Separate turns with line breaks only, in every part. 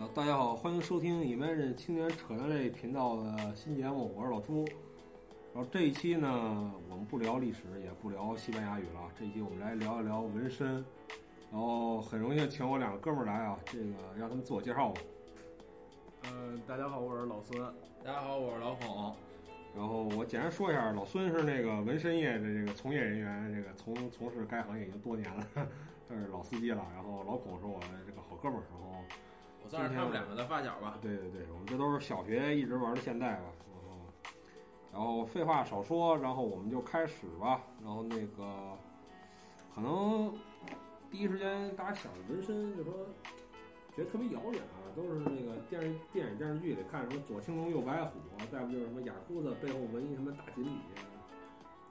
呃，大家好，欢迎收听《野蛮人青年扯淡》这频道的新节目，我是老朱。然后这一期呢，我们不聊历史，也不聊西班牙语了，这一期我们来聊一聊纹身。然后很荣幸请我两个哥们儿来啊，这个让他们自我介绍吧。
嗯，大家好，我是老孙。
大家好，我是老孔。
然后我简单说一下，老孙是那个纹身业的这个从业人员，这个从从事该行业已经多年了， 他是老司机了。然后老孔是我这个好哥们儿，然后
我算是他们两个的发小吧。
对对对，我们这都是小学一直玩到现在吧。然后，然后废话少说，然后我们就开始吧。然后那个，可能第一时间大家想着纹身，就说觉得特别遥远啊，都是那个电视电影电视剧里看什么左青龙右白虎，再不就是什么雅库子背后纹一什么大锦鲤，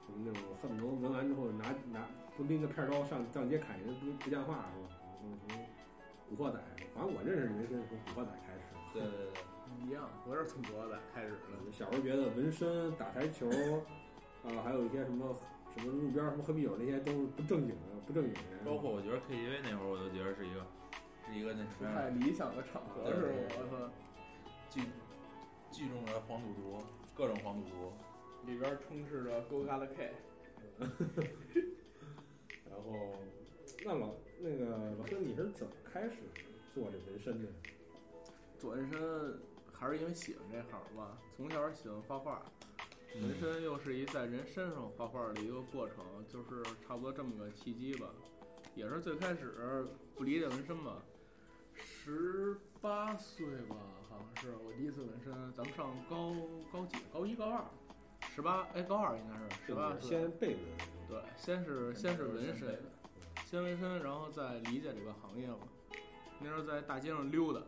什么那种恨不得纹完之后拿拿就拎个片刀上上街砍人，不不像话是吧？都是从古惑仔，反正我认识纹身是从古惑仔开始。
对对对，
一样，我也是从国仔开始的。
小时候觉得纹身、打台球，啊，还有一些什么什么路边什么喝啤酒那些都是不正经的、不正经的人。
包括我觉得 KTV 那会儿，我都觉得是一个是一个那什
不
么
太
呀，
理想的场合是
对对
吧？我
聚聚众的黄赌毒，各种黄赌毒。
操，里边充斥着 Go Gala K。
然后，那老那个老师，你是怎么开始做这纹身的？
做纹身还是因为喜欢这行吧，从小喜欢画画，纹身又是一在人身上画画的一个过程，就是差不多这么个契机吧。也是最开始不理解纹身嘛，十八岁吧，好像是我第一次纹身。咱们上高高几？高一、高二？十八？哎，高二应该是十八
是
岁。
先被纹。
对，先是先是纹身，先纹身，然后再理解这个行业嘛。那时候在大街上溜达，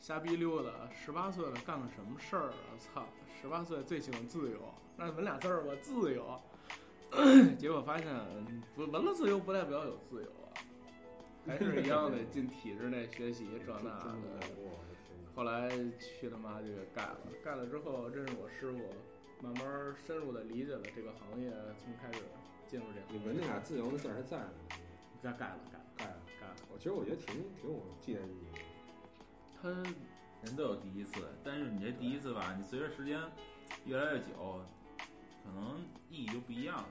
瞎逼溜达，十八岁了干个什么事儿啊？操，十八岁最喜欢自由，那纹俩字儿吧，自由。 结果发现不纹了自由不代表有自由啊，还是一样得进体制内学习这那
真的
的
难。过，我的天哪
后来去他妈这个干了，干了之后认识我师傅，慢慢深入的理解了这个行业，从开始进入这个行
你
业。
纹那俩自由的字儿还在吗？
干干了干了
盖了。
干了，
我其实我觉得挺挺有纪念意义的。
他
人都有第一次，但是你这第一次吧，你随着时间越来越久，可能意义就不一样了。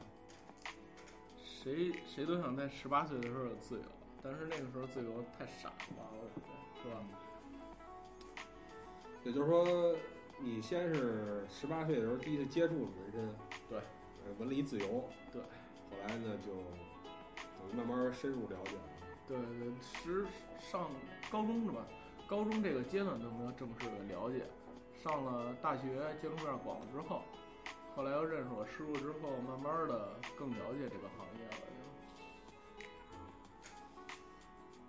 谁谁都想在十八岁的时候有自由，但是那个时候自由太傻了，我觉得是吧？
也就是说，你先是十八岁的时候第一次接触纹身，
对
呃，纹了一自由，
对
后来呢，就等于慢慢深入了解了。
对对，十上高中是吧？高中这个阶段都没有正式的了解，上了大学接触面广了之后，后来又认识我师傅之后，慢慢的更了解这个行业了。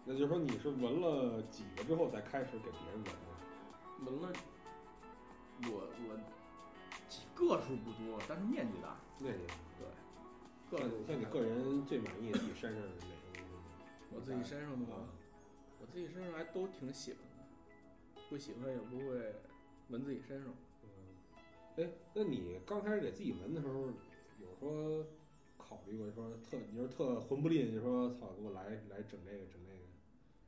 那就是说你是纹了几个之后才开始给别人纹的？
就纹了，我我几个数不多，但是面积大，
那你
个
像
数
像你个人最满意自己身上是哪个纹身？
我自己身上的吗
啊？，
我自己身上还都挺喜欢的，不喜欢也不会纹自己身上。
嗯，哎，那你刚开始给自己纹的时候，有说考虑过说特你说特魂不吝，就说操给我来来整这个整这个，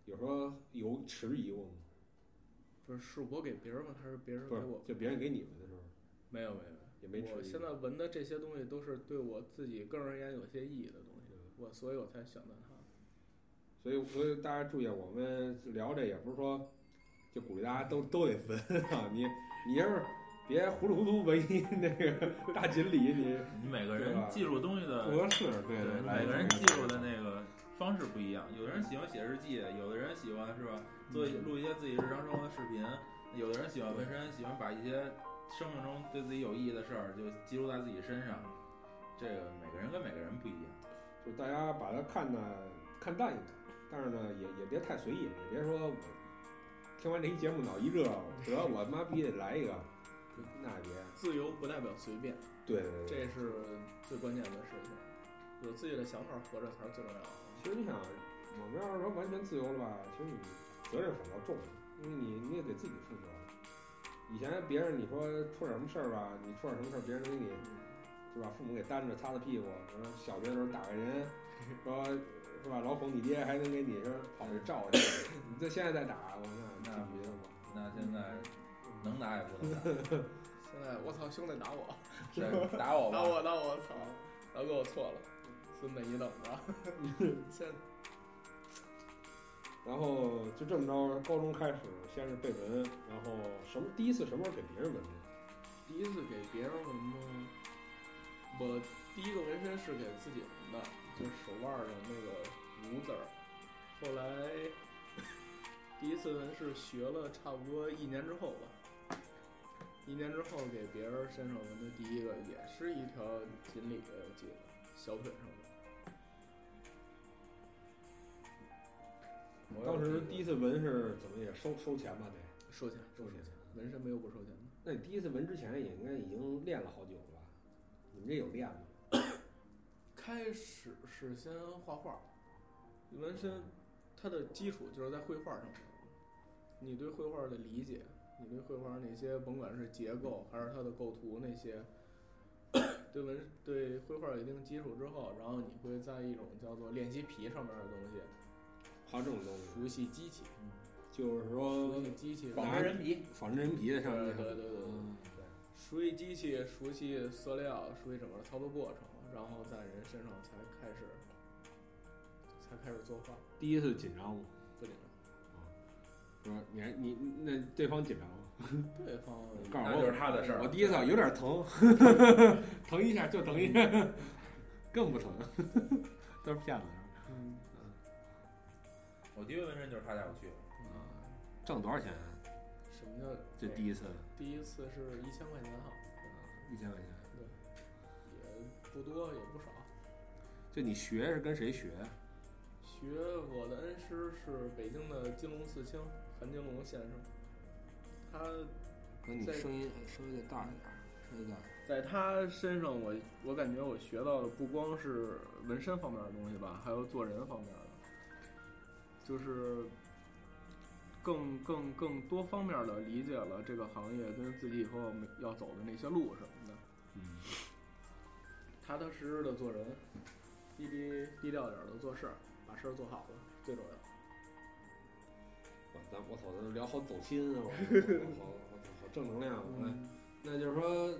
有说有迟疑过吗？
不是，是我给别人纹还是别人
不
给
是
我？，
就别人给你纹的时候
没有没有
也
没
没迟
有，我
疑。
现在纹的这些东西都是对我自己个人而言有些意义的东西，
嗯
我所以我才选择它。
所以，所以大家注意，啊我们聊这也不是说就鼓励大家都都得分啊。你你要是别糊里糊涂纹一那个大锦鲤，你
你每个
对吧
人记住东西的
不合适。对
嗯对，
来
每个人
来
记录的那个方式不一样，有的人喜欢写日记，有的人喜欢是吧，做
嗯
一录一些自己日常生活的视频，有的人喜欢纹身，喜欢把一些生命中对自己有意义的事儿就记录在自己身上。这个每个人跟每个人不一样，
就大家把它看呢看淡一点，但是呢也也别太随意，也别说我听完这期节目脑一热，得我妈逼得来一个，那也别
自由不代表随便，
对对对。
这是最关键的事情。有自己的想法活着才是最重要的。
其实你想，我们要是说完全自由了吧，其实你责任反倒重了，因为你你也得自己负责。以前别人你说出点什么事儿吧，你出点什么事儿，别人给你是吧，父母给担着擦擦屁股，说小学的时候打个人，说是吧，老孔你爹还能给你说跑去照去，你这现在再打，我那
那
挺绝的嘛。
那现在能打也不能打，
现在我操，兄弟打我，
是打我吧，
打我打我，操！老哥我错了，孙子你等 着。现在
然后就这么着，高中开始先是背文，然后什么第一次什么时候给别人纹的？
第一次给别人纹吗？我第一个纹身是给自己纹的，就是手腕儿的那个五字儿。后来第一次纹是学了差不多一年之后吧，一年之后给别人身上纹的第一个也是一条锦鲤，我记得小腿上的。
我也
当时
记得
第一次纹是怎么也收收钱吧得
收钱，
收钱。
纹身没有不收钱的，
那你第一次纹之前也应该已经练了好久了吧？你们这有练吗？
开始是先画画，纹身它的基础就是在绘画上面。你对绘画的理解，你对绘画那些甭管是结构还是它的构图那些，对纹对绘画有一定基础之后，然后你会在一种叫做练习皮上面的东西
还有这种东西，
熟悉机器，
嗯
就是说
熟悉机器，
仿
打人皮，
仿真人皮的上面
对
那个。
对对对对。
嗯
熟悉机器，熟悉塑料，熟悉整个操作过程，然后在人身上才开始，才开始作画，
第一次紧张吗？
不紧张。
是吧？你还你那对方紧张吗？
对方
告
那
诉
就是
我，
他的事
我
儿。
第一次啊有点疼， 疼一下就疼一下，更不疼， 都是骗子。
嗯
我第一个纹身就是他带我去的，
啊，
挣多少钱啊？
什么叫
这第一次
第一次是一千块钱哈，嗯
一千块钱，
也不多也不少。
就你学是跟谁学？
学我的恩师是北京的金龙四清韩金龙先生，他
和
你声
音声音大一点，声音大一点。
在他身上我，我感觉我学到的不光是纹身方面的东西吧，还有做人方面的，就是更更更多方面的理解了这个行业跟自己以后要走的那些路什么的，
嗯，
踏踏实实的做人，低低低调点的做事儿，把事儿做好了最重要。
我咱我操，咱聊好走心啊！我我好我操，好正能量啊！我来，那就是说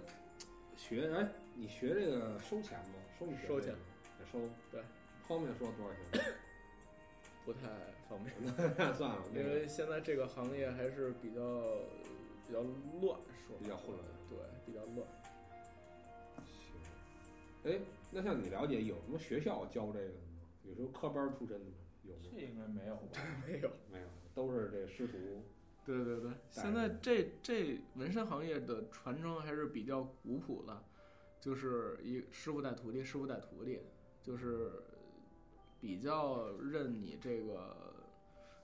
学哎，你学这个收钱吗？收你学费
收钱
吗也收，
对，
方便说多少钱
不太方 便，
吗？算了，那
因
个
为现在这个行业还是比较比较乱，说
比较混乱。
对比较乱。
行，哎，那像你了解有什么学校教这个的吗？有时候科班出身的吗？有吗？
这应该没有吧？
没有。
没有，都是这师徒。
对对对，
但
现在这这纹身行业的传承还是比较古朴的，就是一师傅带徒弟，师傅带徒弟，就是比较认你这个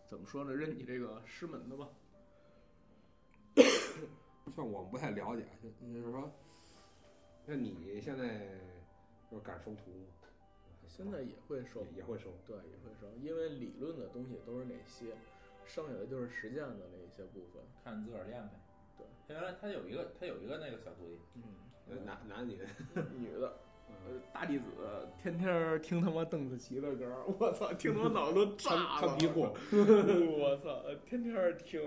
怎么说呢？认你这个师门的吧。
像我们不太了解，就就是说，那你现在就是敢收徒吗？
现在也会收，
也也会收，
对也会收，因为理论的东西都是那些，剩下的就是实践的那些部分。
看自个儿练呗。
对，
他原来他有一个他有一个那个小徒弟，
嗯，
呃男男 女，
女的呃
嗯
大弟子天天听他妈邓紫棋的歌儿，我操，听他妈脑子都炸了。
穿穿皮裤，
我操，天天儿听，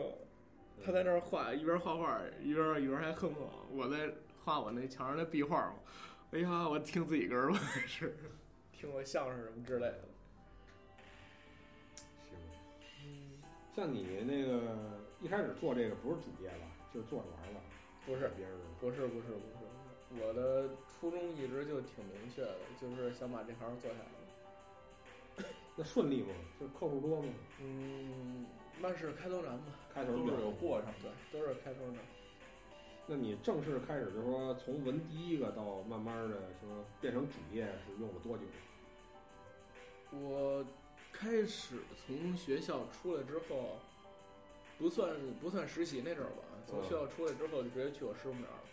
他在那儿画，一边画画一边一边还哼哼，我在画我那墙上那壁画嘛。哎呀，我听自己歌了，是 听我相声什么之类的。
行。
嗯
像你那个一开始做这个不是主业吧，就是做着玩儿吧，
不是，
别人的
不是，不是，不是，我的初衷一直就挺明确的，就是想把这行做下来。
那顺利吗？是客户多吗？
嗯，万事开头难嘛，
开头
都
比较
是有过程
对
的。，
都是开头难。
那你正式开始就是说从纹第一个到慢慢的说变成主业是用了多久？
我开始从学校出来之后，不算不算实习那阵儿吧，从学嗯校出来之后就直接去我师傅那儿了。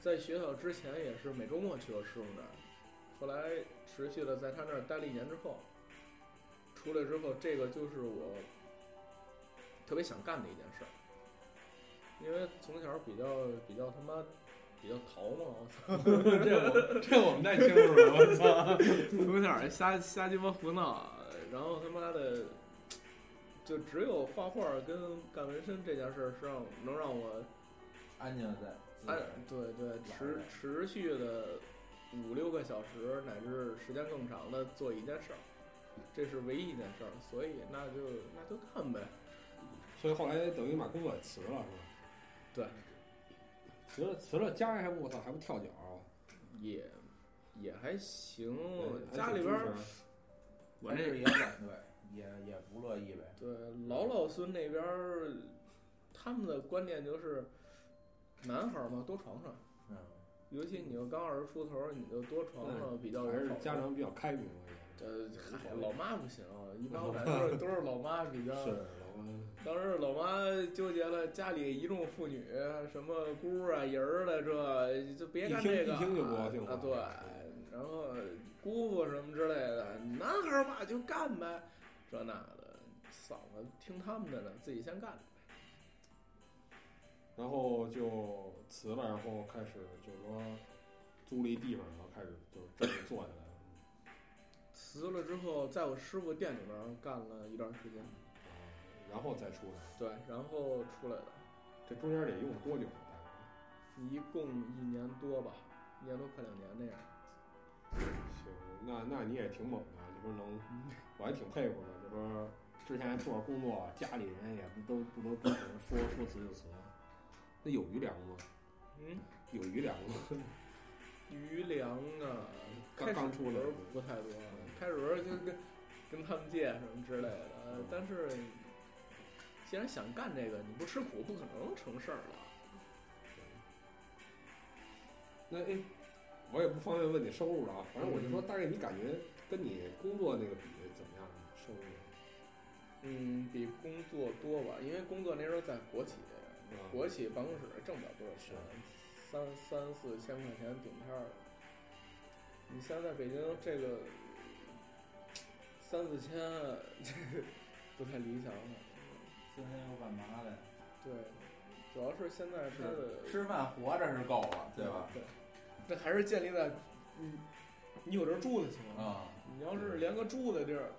在学校之前也是每周末去我师傅那儿，后来持续的在他那儿待了一年之后，出来之后这个就是我特别想干的一件事儿，因为从小比较比较他妈比较淘嘛，我操。
这我这我们太清楚了，我操！
啊
从小瞎瞎鸡巴胡闹，然后他妈的
就只有画画跟干纹身这件事儿是让能让我
安静的在自
哎
然，
对对，
懒
持
呗
持续的五六个小时乃至时间更长的做一件事儿，这是唯一一件事儿，所以那就那就干呗。
所以后来等于把工作也辞了，是吧？
对，
辞了辞了，家里还不我操还不跳脚，
哦也也还行
对，
家里边
哎还
儿
挺支
我
但
这
是也反对，也也不乐意呗。
对老老孙那边儿，他们的观念就是，男孩儿嘛多闯闯，
嗯，
尤其你又刚二十出头儿，你就多闯闯比较
持还
人
是
少。
家长比较开明，我觉
呃，
无
嗨
所，谓
老妈不行，啊一 般我感觉都是都是老妈比较
得。是老妈
当时老妈纠结了家里一众妇女，什么姑啊、姨儿了，这就别干这个
一听一听就不高兴了
啊。对，然后姑父什么之类的，男孩儿嘛就干呗，这那的，嫂子听他们的呢，自己先干。
然后就辞了，然后开始就是说租了一地方，然后开始就是真的做起来了。啊
辞了之后，在我师傅店里边儿干了一段时间，
啊然后再出来，
对，然后出来的，
这中间得用多久？啊
一共一年多吧，一年多快两年那样。
行，那那你也挺猛的，你说能，我还挺佩服的。这不是之前做工作，家里人也不都不都支持，说说辞就辞。那有余粮吗？
嗯，
有余粮吗？
余粮啊，
刚
开始
刚出来
时候不太多，开始时候就跟跟他们借什么之类的，但是既然想干这个，你不吃苦不可能成事儿了。
那哎，我也不方便问你收入了啊，反正我就说，
嗯
大概你感觉跟你工作那个比怎么样？收入啊
嗯，比工作多吧，因为工作那时候在国企，国企办公室挣不了多少
啊
钱，三三四千块钱顶天儿了。你现在北京这个三四千，不太理想了。
今天又干嘛嘞？
对，主要是现在它的
吃饭活着是够了，对吧？
对，这还是建立在你你有地儿住就行了。
啊，
你要是连个住的地儿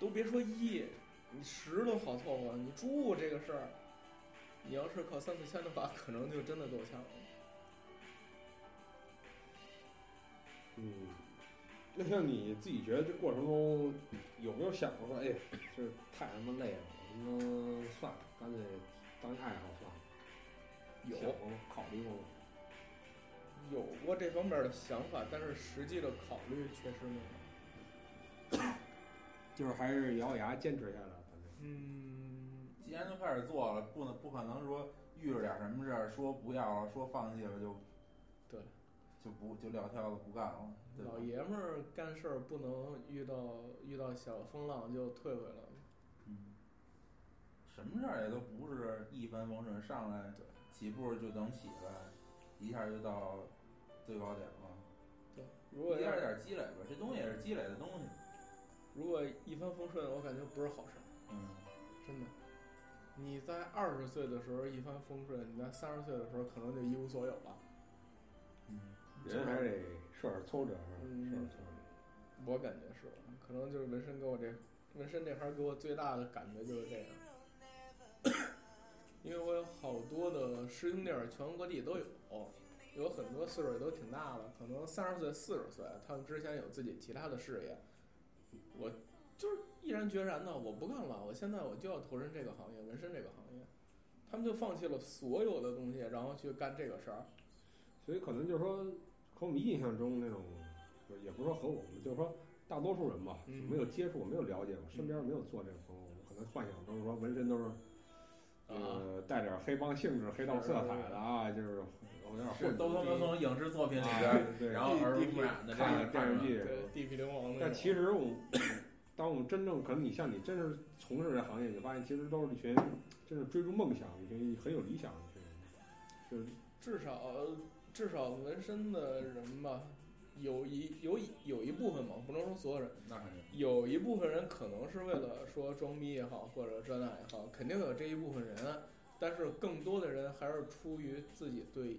都别说一，你十都好凑合，你住这个事儿，你要是靠三四千的话，可能就真的够呛了。
嗯，那像你自己觉得这过程中有没有想过说，哎，这太他妈累了，我他妈算了，干脆当一爱好算了。
有
想过吗考虑过吗？
有过这方面的想法，但是实际的考虑确实没有。
就是还是咬咬牙坚持下来了，反正
嗯，
既然都开始做了，不能不可能说遇着点什么事儿说不要了，说放弃了就，
对，
就不就撂挑子不干了，对吧
老爷们儿干事儿不能遇到遇到小风浪就退回来。
嗯，什么事儿也都不是一帆风顺，上来
对
起步就能起来，一下就到最高点了，
对，如果
一
要
点
是
点积累吧，这东西也是积累的东西。
如果一帆风顺，我感觉不是好事儿，
嗯，
真的。你在二十岁的时候一帆风顺，你在三十岁的时候可能就一无所有了。
嗯，
人还是得事儿凑着，事儿
嗯
凑着。
我感觉是，可能就是纹身给我这纹身这行给我最大的感觉就是这样，因为我有好多的师兄弟儿，全国各地都有，有很多岁数也都挺大了，可能三十岁、四十岁，他们之前有自己其他的事业，我就是毅然决然的，我不干了，我现在我就要投身这个行业，纹身这个行业，他们就放弃了所有的东西，然后去干这个事儿。
所以可能就是说，和我们印象中那种，就是也不是说和我们，就是说大多数人吧，
嗯
没有接触，没有了解过，身边没有做这个朋友，我们可能幻想都是说纹身都是
啊
呃，带点黑帮性质、黑道色彩的啊，就是有点
是哎
混
都他妈
啊
从影视作品里边儿，
对，
然后耳濡目染的这
看
个
看电视。剧。
对，地痞流氓那
但
种
其实我们， 当我们真正可能你像你真是从事这行业，你发现其实都是一群真是追逐梦想、一群很有理想的一群人，就是
至少至少纹身的人吧，有一有一有一部分嘛，不能说所有人，
那肯定，
有一部分人可能是为了说装逼也好，或者这那也好，肯定有这一部分人，但是更多的人还是出于自己对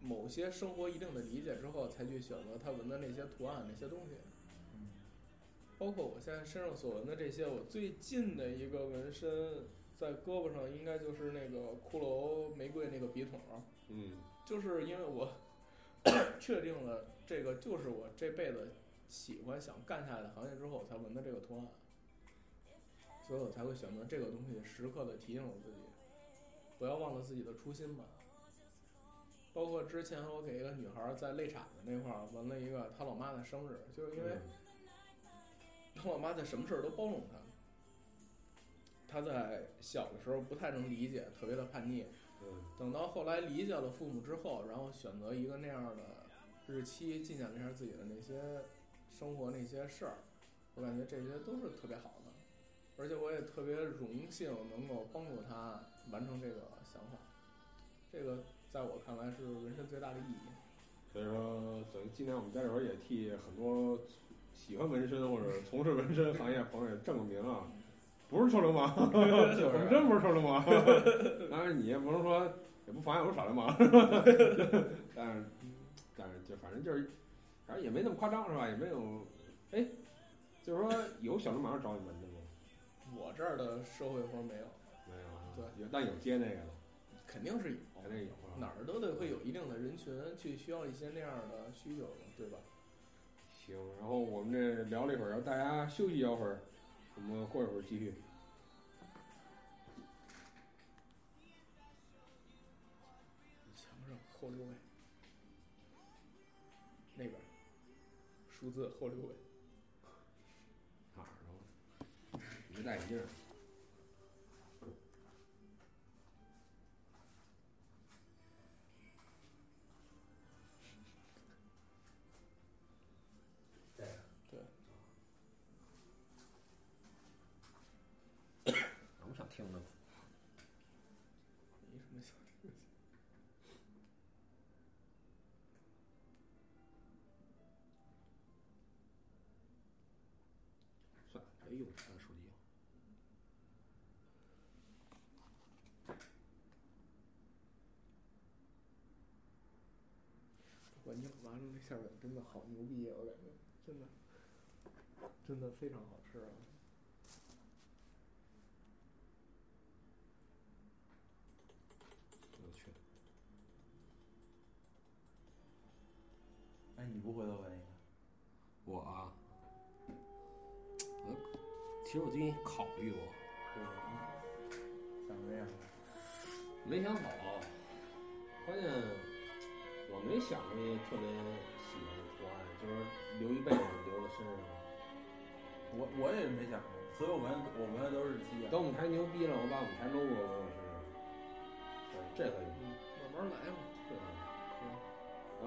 某些生活一定的理解之后，才去选择他纹的那些图案那些东西。
嗯
包括我现在身上所纹的这些，我最近的一个纹身在胳膊上，应该就是那个骷髅玫瑰那个笔筒，
嗯
就是因为我 确定了这个就是我这辈子喜欢想干下来的行业之后，我才纹的这个图案，所以我才会选择这个东西，时刻的提醒我自己，不要忘了自己的初心吧。包括之前我给一个女孩在肋叉子那块儿纹了一个她老妈的生日，就是因为
嗯
他老妈在什么事儿都包容他。他在小的时候不太能理解，特别的叛逆。
嗯
等到后来理解了父母之后，然后选择一个那样的日期，尽享一下自己的那些生活那些事儿，我感觉这些都是特别好的。而且我也特别荣幸能够帮助他完成这个想法，这个在我看来是人生最大的意义。
所以说，等于今天我们在这儿也替很多喜欢纹身或者从事纹身行业朋友也证个明啊，不是臭流氓， 我们真不是臭流氓。 当然，你也不能说，也不妨碍我耍流氓， 但是但是就反正就是，反正也没那么夸张是吧？也没有，哎，就是说有小流氓找你纹的吗？
我这儿的社会活儿没有，
没有啊，有但有接那个的，
肯定是有。
肯定有啊。
哪儿都得会有一定的人群去需要一些那样的需求嘛，对吧？
行，然后我们这聊了一会儿，然后大家休息一会儿，我们过一会儿继续。
墙上后六位，那边儿数字后六位，
哪儿都，你戴眼镜儿。
啊
对。
啊
我想听呢。
你什么想听？
算了，谁用他的手机？
我你娃弄那馅儿饼真的好牛逼，啊我感觉真的真的非常好吃啊！
我去，
哎，你不回头纹一个？
我啊，我其实我最近考虑过，
对吧？想这样。
没想好，关键我没想着特别喜欢的图案，就是留一辈子留到身上。
我我也没想过，所以我纹我纹的都是啊鸡
等我们台牛逼了，我把我们台 logo 留我身上，哎这可以。
慢慢来嘛，
这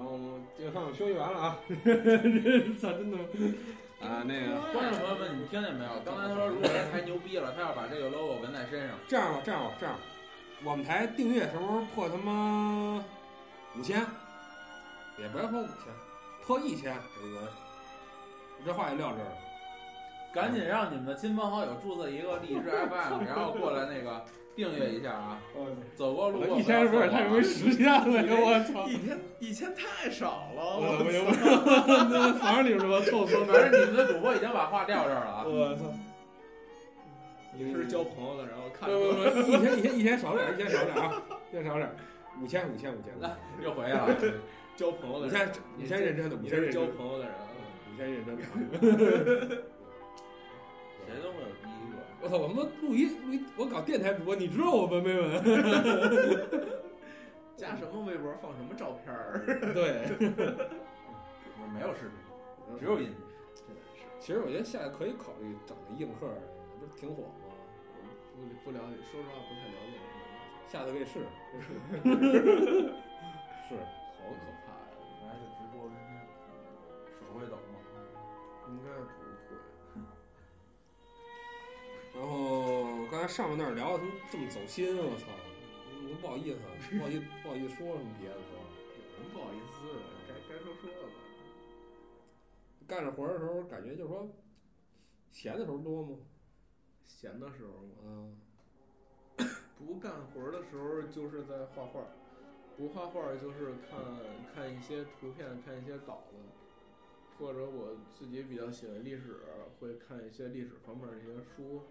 可以然后这个饭我休息完了啊， 操，真的啊那个。
观众朋友们，你们听见没有？刚才他说，如果他太牛逼了，他要把这个 logo 纹在身上，
这样吧，这样吧，这样吧，我们台订阅什么时候破他妈五千？也不要破五千，破一千，我们我这话也撂这儿了。
赶紧让你们的亲朋好友注册一个荔 枝 FM，然后过来那个订阅一下啊！走过路过，啊
一千有点太没实现了呀！我操！
一天一天太少了，
我
我
我我那防着你们吧，臭
不要
孙
说我啊。反
子！
正你们的主播已经把话撂这儿了啊！
我操！
你是交朋友的，然后看
不不不，一天一天一天少点，一天少点啊，一天少点，五千五千五千，
来，又回来了。
交朋友
五
的人，
千五千认真的，五
你
千
是
认
交
真的，
朋友的人啊，
五千认真的啊！
谁都会有第一个。
我操，我他妈录一录一，我搞电台主播，你知道我文没文？
加什么微博放什么照片儿。
对，
我没有视频，
嗯
只有音频。
其实我觉得现在可以考虑整那硬核儿，不是挺火吗？
不不了解，说实话不太了解这
下次可以试试。是，
个，好可怕呀！
原来是直播纹身，手会抖吗？
应该是不会。
然后刚才上面那儿聊的这么走心，我操，我都不好意思，不好 意思，不好意思说什么别的说。
有人不好意思的，该该说说了吧。
干着活儿的时候，感觉就是说，闲的时候多吗？
闲的时候嘛，
嗯，
不干活儿的时候就是在画画儿，不画画儿就是看看一些图片，看一些稿子。或者我自己比较喜欢历史，会看一些历史方面的一些书，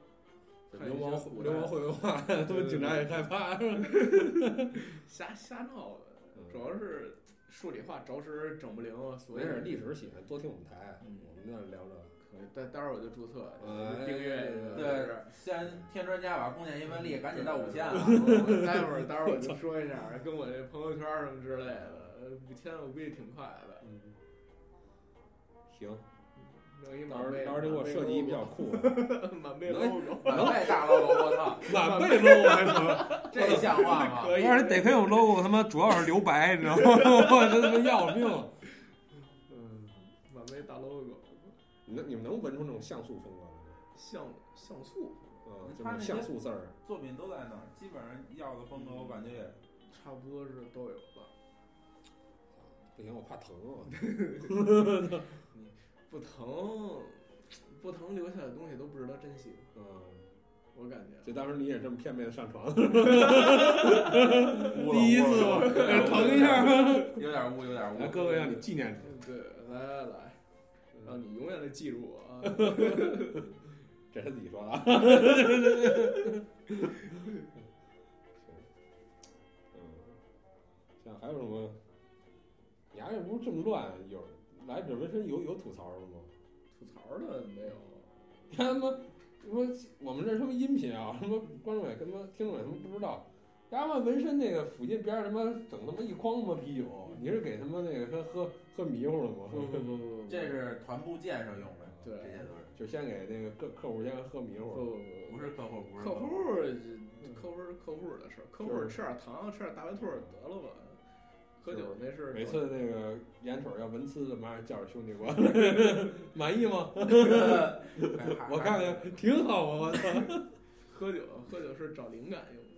看
流
一些
氓
古
流氓
代
会文化，他
对
们
对
警察
对
也害怕，是吧？
瞎瞎闹的，
嗯
主要是数理化着实整不灵，所
没
以
事，历史喜欢多听我们台
嗯，
我们那儿聊着。
可以，待待会儿我就注册
哎
订阅一个，
对
是不是
现在添砖加瓦，共建新文力，赶紧到五千啊了。
我待会儿待会儿我就说一下，跟我这朋友圈什么之类的，五千我估计挺快的，
嗯，行，
弄一
到
满
时候
背，
到时候得给我设计一比较酷 的，
满背 logo，
满外大 logo，我操，
满背 logo 还成。
这像话吗？
可以
要是得亏我 logo 他妈主要是留白，你知道吗？ 我这他妈要了命了。
嗯，满背大 logo，
你能你们能闻出那种像素风格来吗？
像像素
嗯，就
他
是
那些
像素字儿，
作品都在那儿，基本上要的风格我感觉也
差不多是都有吧，
不行，我怕疼啊。
不疼，不疼留下的东西都不值得珍惜，
嗯，
我感觉。
就当时你也这么片面的上 床，
污了
第一次
污
嘛，
了
哎疼一下。
有点污，有点污。
哎
来，哥哥让你纪念你，
对，来来来，让你永远的记住我啊！
这是自己说 的啊。嗯，像还有什么？你还不是这么乱？有来这纹身有有吐槽的吗？
吐槽的没有，
他妈，我我们这他妈音频啊，他妈观众也他妈听众也他妈不知道。家伙纹身那个附近边儿他妈整他妈一筐他妈啤酒，你是给他妈那个他喝喝迷糊了
不不
吗？
不不，
这是团部建设用的，
对
这些都是，
就先给那个客客户先喝迷
不
糊了。
不不
不是客户，不是
客户
户，
儿这客户儿客户儿的事儿，客户儿吃点糖，吃点大白兔儿得了吧。喝酒那事儿，
每次那个眼瞅要纹刺的，马上叫着兄弟过来， 满意吗？ 我
我
看看，挺好啊，我操！
喝酒喝酒是找灵感用的，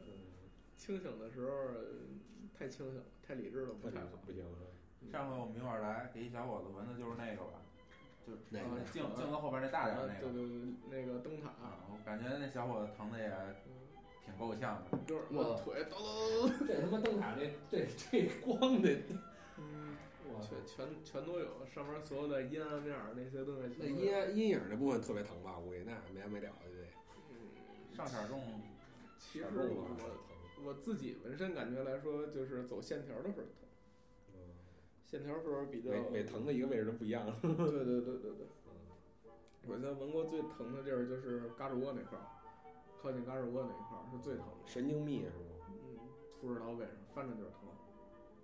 清醒的时候呃太清醒了，太理智了不
那
太
你
好。
不行了，
上回我们一块儿来，给一小伙子纹的就是那个吧，就
哪
个
镜镜子后边那大点儿
啊，
那
对
个。
对对，那个灯塔，
啊，我感觉那小伙子疼的也
嗯
挺够呛的。
就是
我
我腿抖抖抖，
这他妈灯塔这这这光得，
嗯
哇！
全全全都有，上面所有的阴暗面儿那些东西全都
那
有。
阴暗阴影那部分特别疼吧？我估计那没完没了的得。
嗯
上色儿重，
其实
啊
我我自己纹身感觉来说，就是走线条的时候疼，线条时候比较
嗯每每疼的一个位置都不一样。
对对对对对，
嗯
我现在闻过最疼的地儿就是胳肢窝那块儿，靠近胳肢窝那一块儿是最疼的。
神经密是吗？
嗯，不知道为什么，反正就是疼。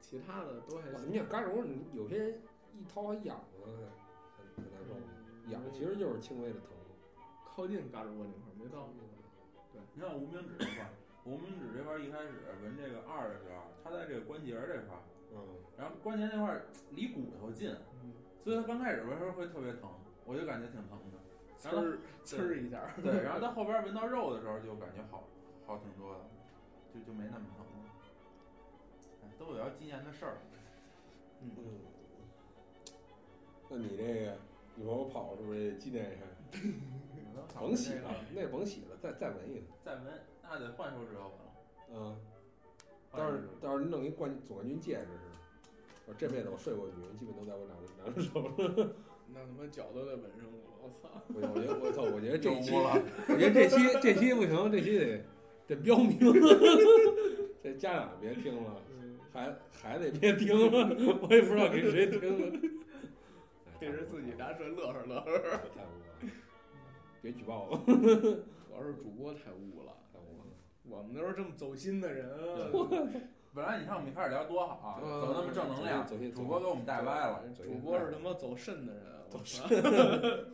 其他的都还
哇，
行。
你想嘎揉，你有些人一掏还痒呢，很很难受。痒其实就是轻微的疼。嗯
靠近胳肢窝那块儿没到。
你看无名指这块儿，无名指这块儿一开始纹这个二的时候，它在这个关节儿这块儿，
嗯，
然后关节那块儿离骨头近，
嗯，
所以它刚开始纹时候会特别疼，我就感觉挺疼 的。
呲儿呲儿一下儿。
对，然后到后边闻到肉的时候，就感觉好好挺多的，就就没那么疼了。哎，都有要纪念的事儿。
嗯，
嗯。那你这个女朋友跑是不是也纪念一下？嗯甭洗
了，
了，那甭洗了，再再纹一个。
再闻那得换手指 头了。
嗯，
换
到
手
时
指
候到时候弄一冠总冠军戒指似的。我这辈子我睡过的女人，基本都在我拿拿着手。
那他妈脚都得纹上了，我操！
我我觉得我操，我觉得这
头
一期
有污了。
我觉得这期这期不行，这期得得标明， 这家长别听了，
嗯，
孩孩子也别听了，我也不知道给谁听了。
这是自己
的，
拿出来乐呵乐呵。
太污了，别举报 我，
主要是主播太污了，
太污了。
我们都是这么走心的 人。啊
本来你看我们一开始聊多好啊，
嗯
怎么那么正能量？
走进走进
主播给我们带歪了。
主播是他妈走肾的人，啊我操，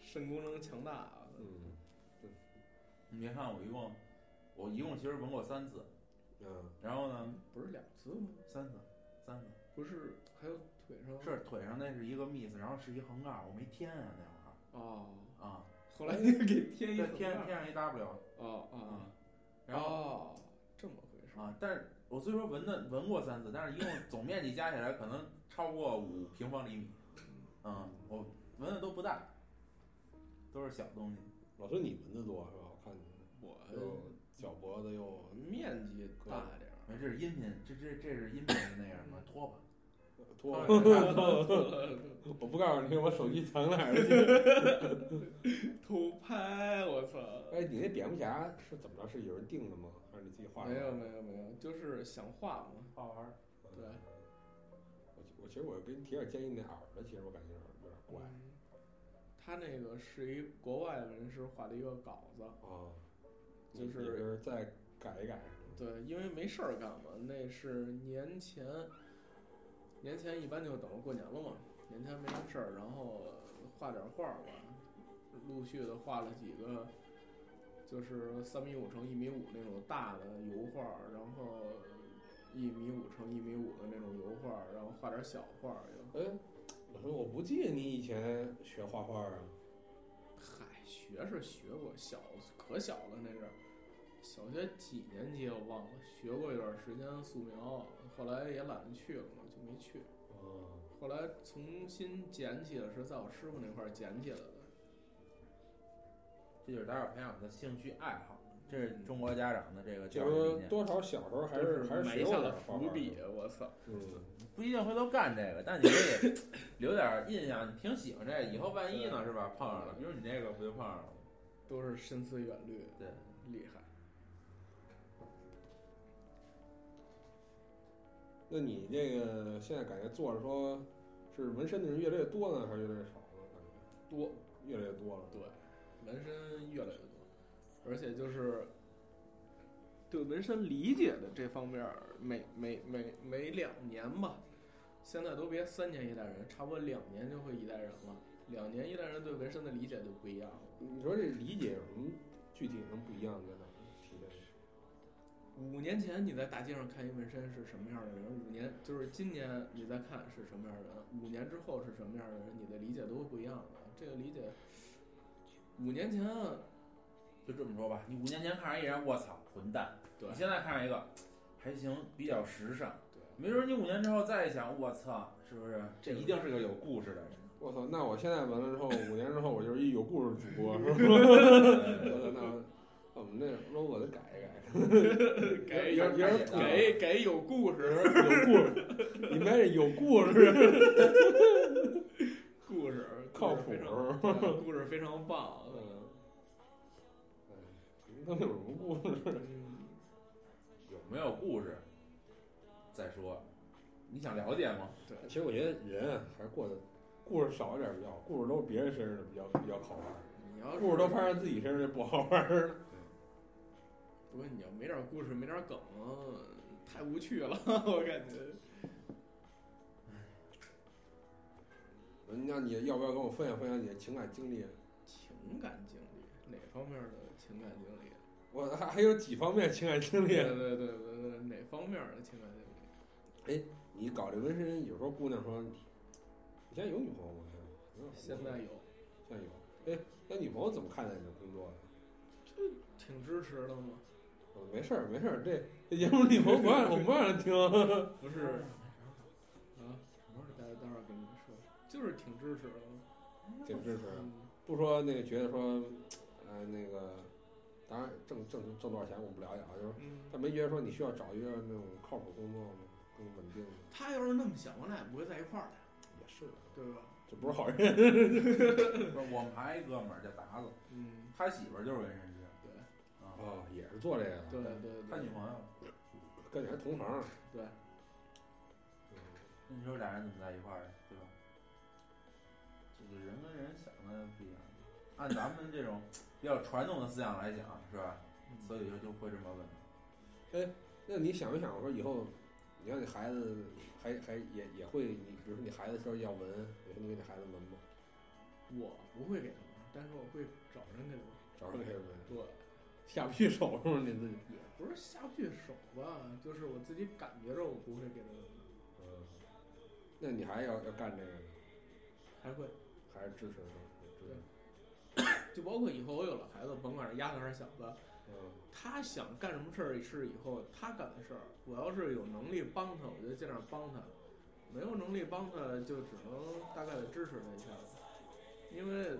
肾功能强大啊，
嗯
你别看我一共，我一共其实纹过三次，
嗯，
然后呢，
不是两次吗？
三次，三次
不是，还有腿上
是腿上那是一个 miss，然后是一横杠，我没添啊那会儿
哦，
啊，
后来你给添一
再
横杠
添添上一 W，
哦哦，
啊，然后
哦这么回事
啊，但是我虽说纹的纹过三次，但是一共总面积加起来可能超过五平方厘米，嗯，我纹的都不大，都是小东西，
老师你纹的多是吧？我看你
我
又脚脖子又
面积大点儿，
没这是音频，这这这是音频的那个什么拖把，
脱
当然
了，
了
我不告诉你我手机藏哪儿 了。
偷拍，我 操！
哎，你那蝙蝠侠是怎么着？是有人定的吗？还是你自己画的？
没有没有没有，就是想画嘛，
好玩儿。
对，
我我其实我给你提点建议，那耳朵其实我感觉有点有点怪
嗯。他那个是一国外的人士画的一个稿子，
啊，
就
你
嗯是
你再改一改。
对，因为没事儿干嘛，那是年前，年前一般就等着过年了嘛，年前没什么事儿，然后画点画儿吧，陆续的画了几个，就是三米五乘一米五那种大的油画儿，然后一米五乘一米五的那种油画儿，然后画点小画儿又，
哎，老师，我不记得你以前学画画啊。
嗨，学是学过，小可小了那是，小学几年级我忘了，学过一段时间素描，后来也懒得去了嘛，就没去。
嗯，
后来重新捡起的是在我师傅那块儿捡起来的。
这就是打小培养的兴趣爱好，这是中国家长的这个
就
教育理
是
念。
多少小时候还
就是
还是学
埋
过
下
点
了
画画
伏
的
笔，。我操！
嗯，
不一定回头干这个，但你可以 留点印象，你挺喜欢这个，以后万一呢是吧？碰上了，比如你这个不就碰上了？
都是深思远虑，
对，
厉害。
那你这个现在感觉做着说，是纹身的人越来越多呢，还是越来越少呢？感觉
多
越来越多了。
对，纹身越来越多，而且就是对纹身理解的这方面儿，每每每每两年吧，现在都别三年一代人，差不多两年就会一代人了。两年一代人对纹身的理解就不一样了。
你说这理解有什么具体能不一样的在哪儿？体现
五年前你在大街上看一纹身是什么样的人，五年就是今年你再看是什么样的人，五年之后是什么样的人，你的理解都会不一样的。这个理解，五年前啊
就这么说吧。你五年前看上一人，我操，混蛋！
对
你现在看上一个，还行，比较时尚。
对
没准你五年之后再一想，我操，是不是？这一定是个有故事的人。
我操，那我现在完了之后，五年之后我就是一有故事主播，是 吧？我操，那我们那 logo 得改一改，
给
有有点土，
给给有故事，
有故事，你们这有故事，
故事
靠谱
故事非常对故事非常棒。
嗯，哎，你们有什么故事？
嗯
有没有故事？再说，你想了解吗？
其实我觉得人啊还是过得故事少一点比较好，故事都是别人身上的比较比较好玩，
你要是
故事都发生在自己身上就不好玩了。
不过你要没点故事，没点梗，太无趣了， 我感觉。
那你要不要跟我分享分享你的情感经历？啊
情感经历哪方面的情感经 历？
我还还有几方面情感经历啊
对？对对对对，哪方面的情感经历？
你搞这纹身，有时候姑娘说，你现在有女朋友吗？现
现
在
在有，
现在有。哎，那女朋友怎么看待你的工作呀？啊
挺支持的吗？
我说没事儿，没事儿，这这节目女朋友不让我不让人听。
不是啊，嗯待会儿待会儿跟你说，就是挺支持的吗？
挺支持，
嗯，
啊不说那个觉得说，呃，那个，当然挣挣挣多少钱我们不了解啊，就是
嗯
但没觉得说你需要找一个那种靠谱工作吗？更稳定的
他要是那么想，我俩也不会在一块儿的，
也是，啊
对吧？
这不是好人。
不是我们还有一哥们儿叫达子，
嗯，
他媳妇儿就是纹身师
对
啊、
啊，
也是做这个，
对对对，
他女朋友。
跟你还同行。
对，
嗯
那你说俩人怎么在一块儿的，对吧？这个人跟人想的不一样，按咱们这种比较传统的思想来讲，是吧？
嗯
所以就就会这么问。
那你想没想过说以后，你让你孩子还还也也会，你比如说你孩子说要纹，你说你给你孩子纹吗？
我不会给他们，但是我会找人给他们。
找人给他纹，
对，
下不去手是吗？你自己？
也不是下不去手吧，就是我自己感觉着我不会给他们，
嗯，那你还要要干这个呢，
还会。
还是支持吗？支持。
就包括以后我有了孩子，甭管是丫头还是小子，
嗯，
他想干什么事儿是以后他干的事儿。我要是有能力帮他，我就尽量帮他；没有能力帮他，就只能大概的支持他一下了，因为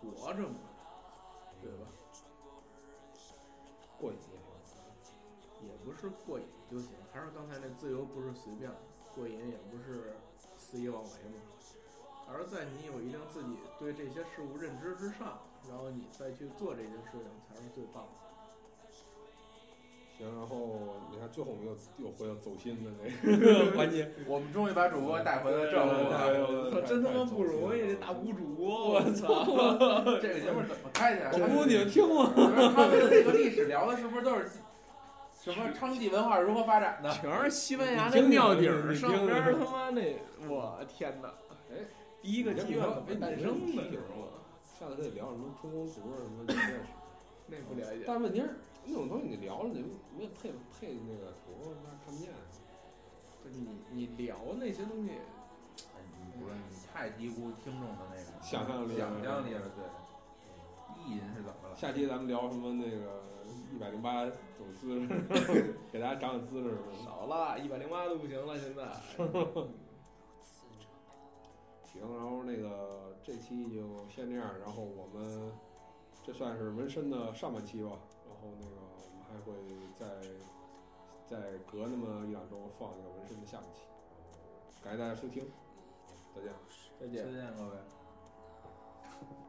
活着嘛，对吧？
过瘾。
也不是过瘾就行，还是刚才那自由不是随便的。过瘾，也不是肆意妄为嘛。而在你有一定自己对这些事物认知之上，然后你再去做这些事情，才是最棒的。
行，然后你看最后我们又又回到走心的那 个环节，
我们终于把主播带回了正路了。
我
操，真他妈不容易，这大谷主播，我操！
这个节目怎么开的呀？
我估计你们听过，
他们的这个历史聊的是不是都是什么娼妓文化如何发展的？
全是西班牙
你
的
听听
尿
你
底儿
你
上
听
边儿，
听
他妈那，我天哪！
哎，
第一个妓院怎么诞生的？
下次可以聊什么春宫图啊什么的，你也是
那不了解。
但问题是那种东西你聊了，你你也配配那个图，那看不见。
不是你你聊那些东西，
哎你
不是你太低估听众的那个
想象力
想象力了，对，意淫是怎么了？
下期咱们聊什么那个一百零八走姿势， 给大家长长姿势什么的。
少了，一百零八都不行了，现在。
行，然后那个这期就先这样，然后我们这算是纹身的上半期吧，然后那个我们还会再再隔那么一两周放一个纹身的下半期。感谢大家收听，再见。
再见
推。荐各位。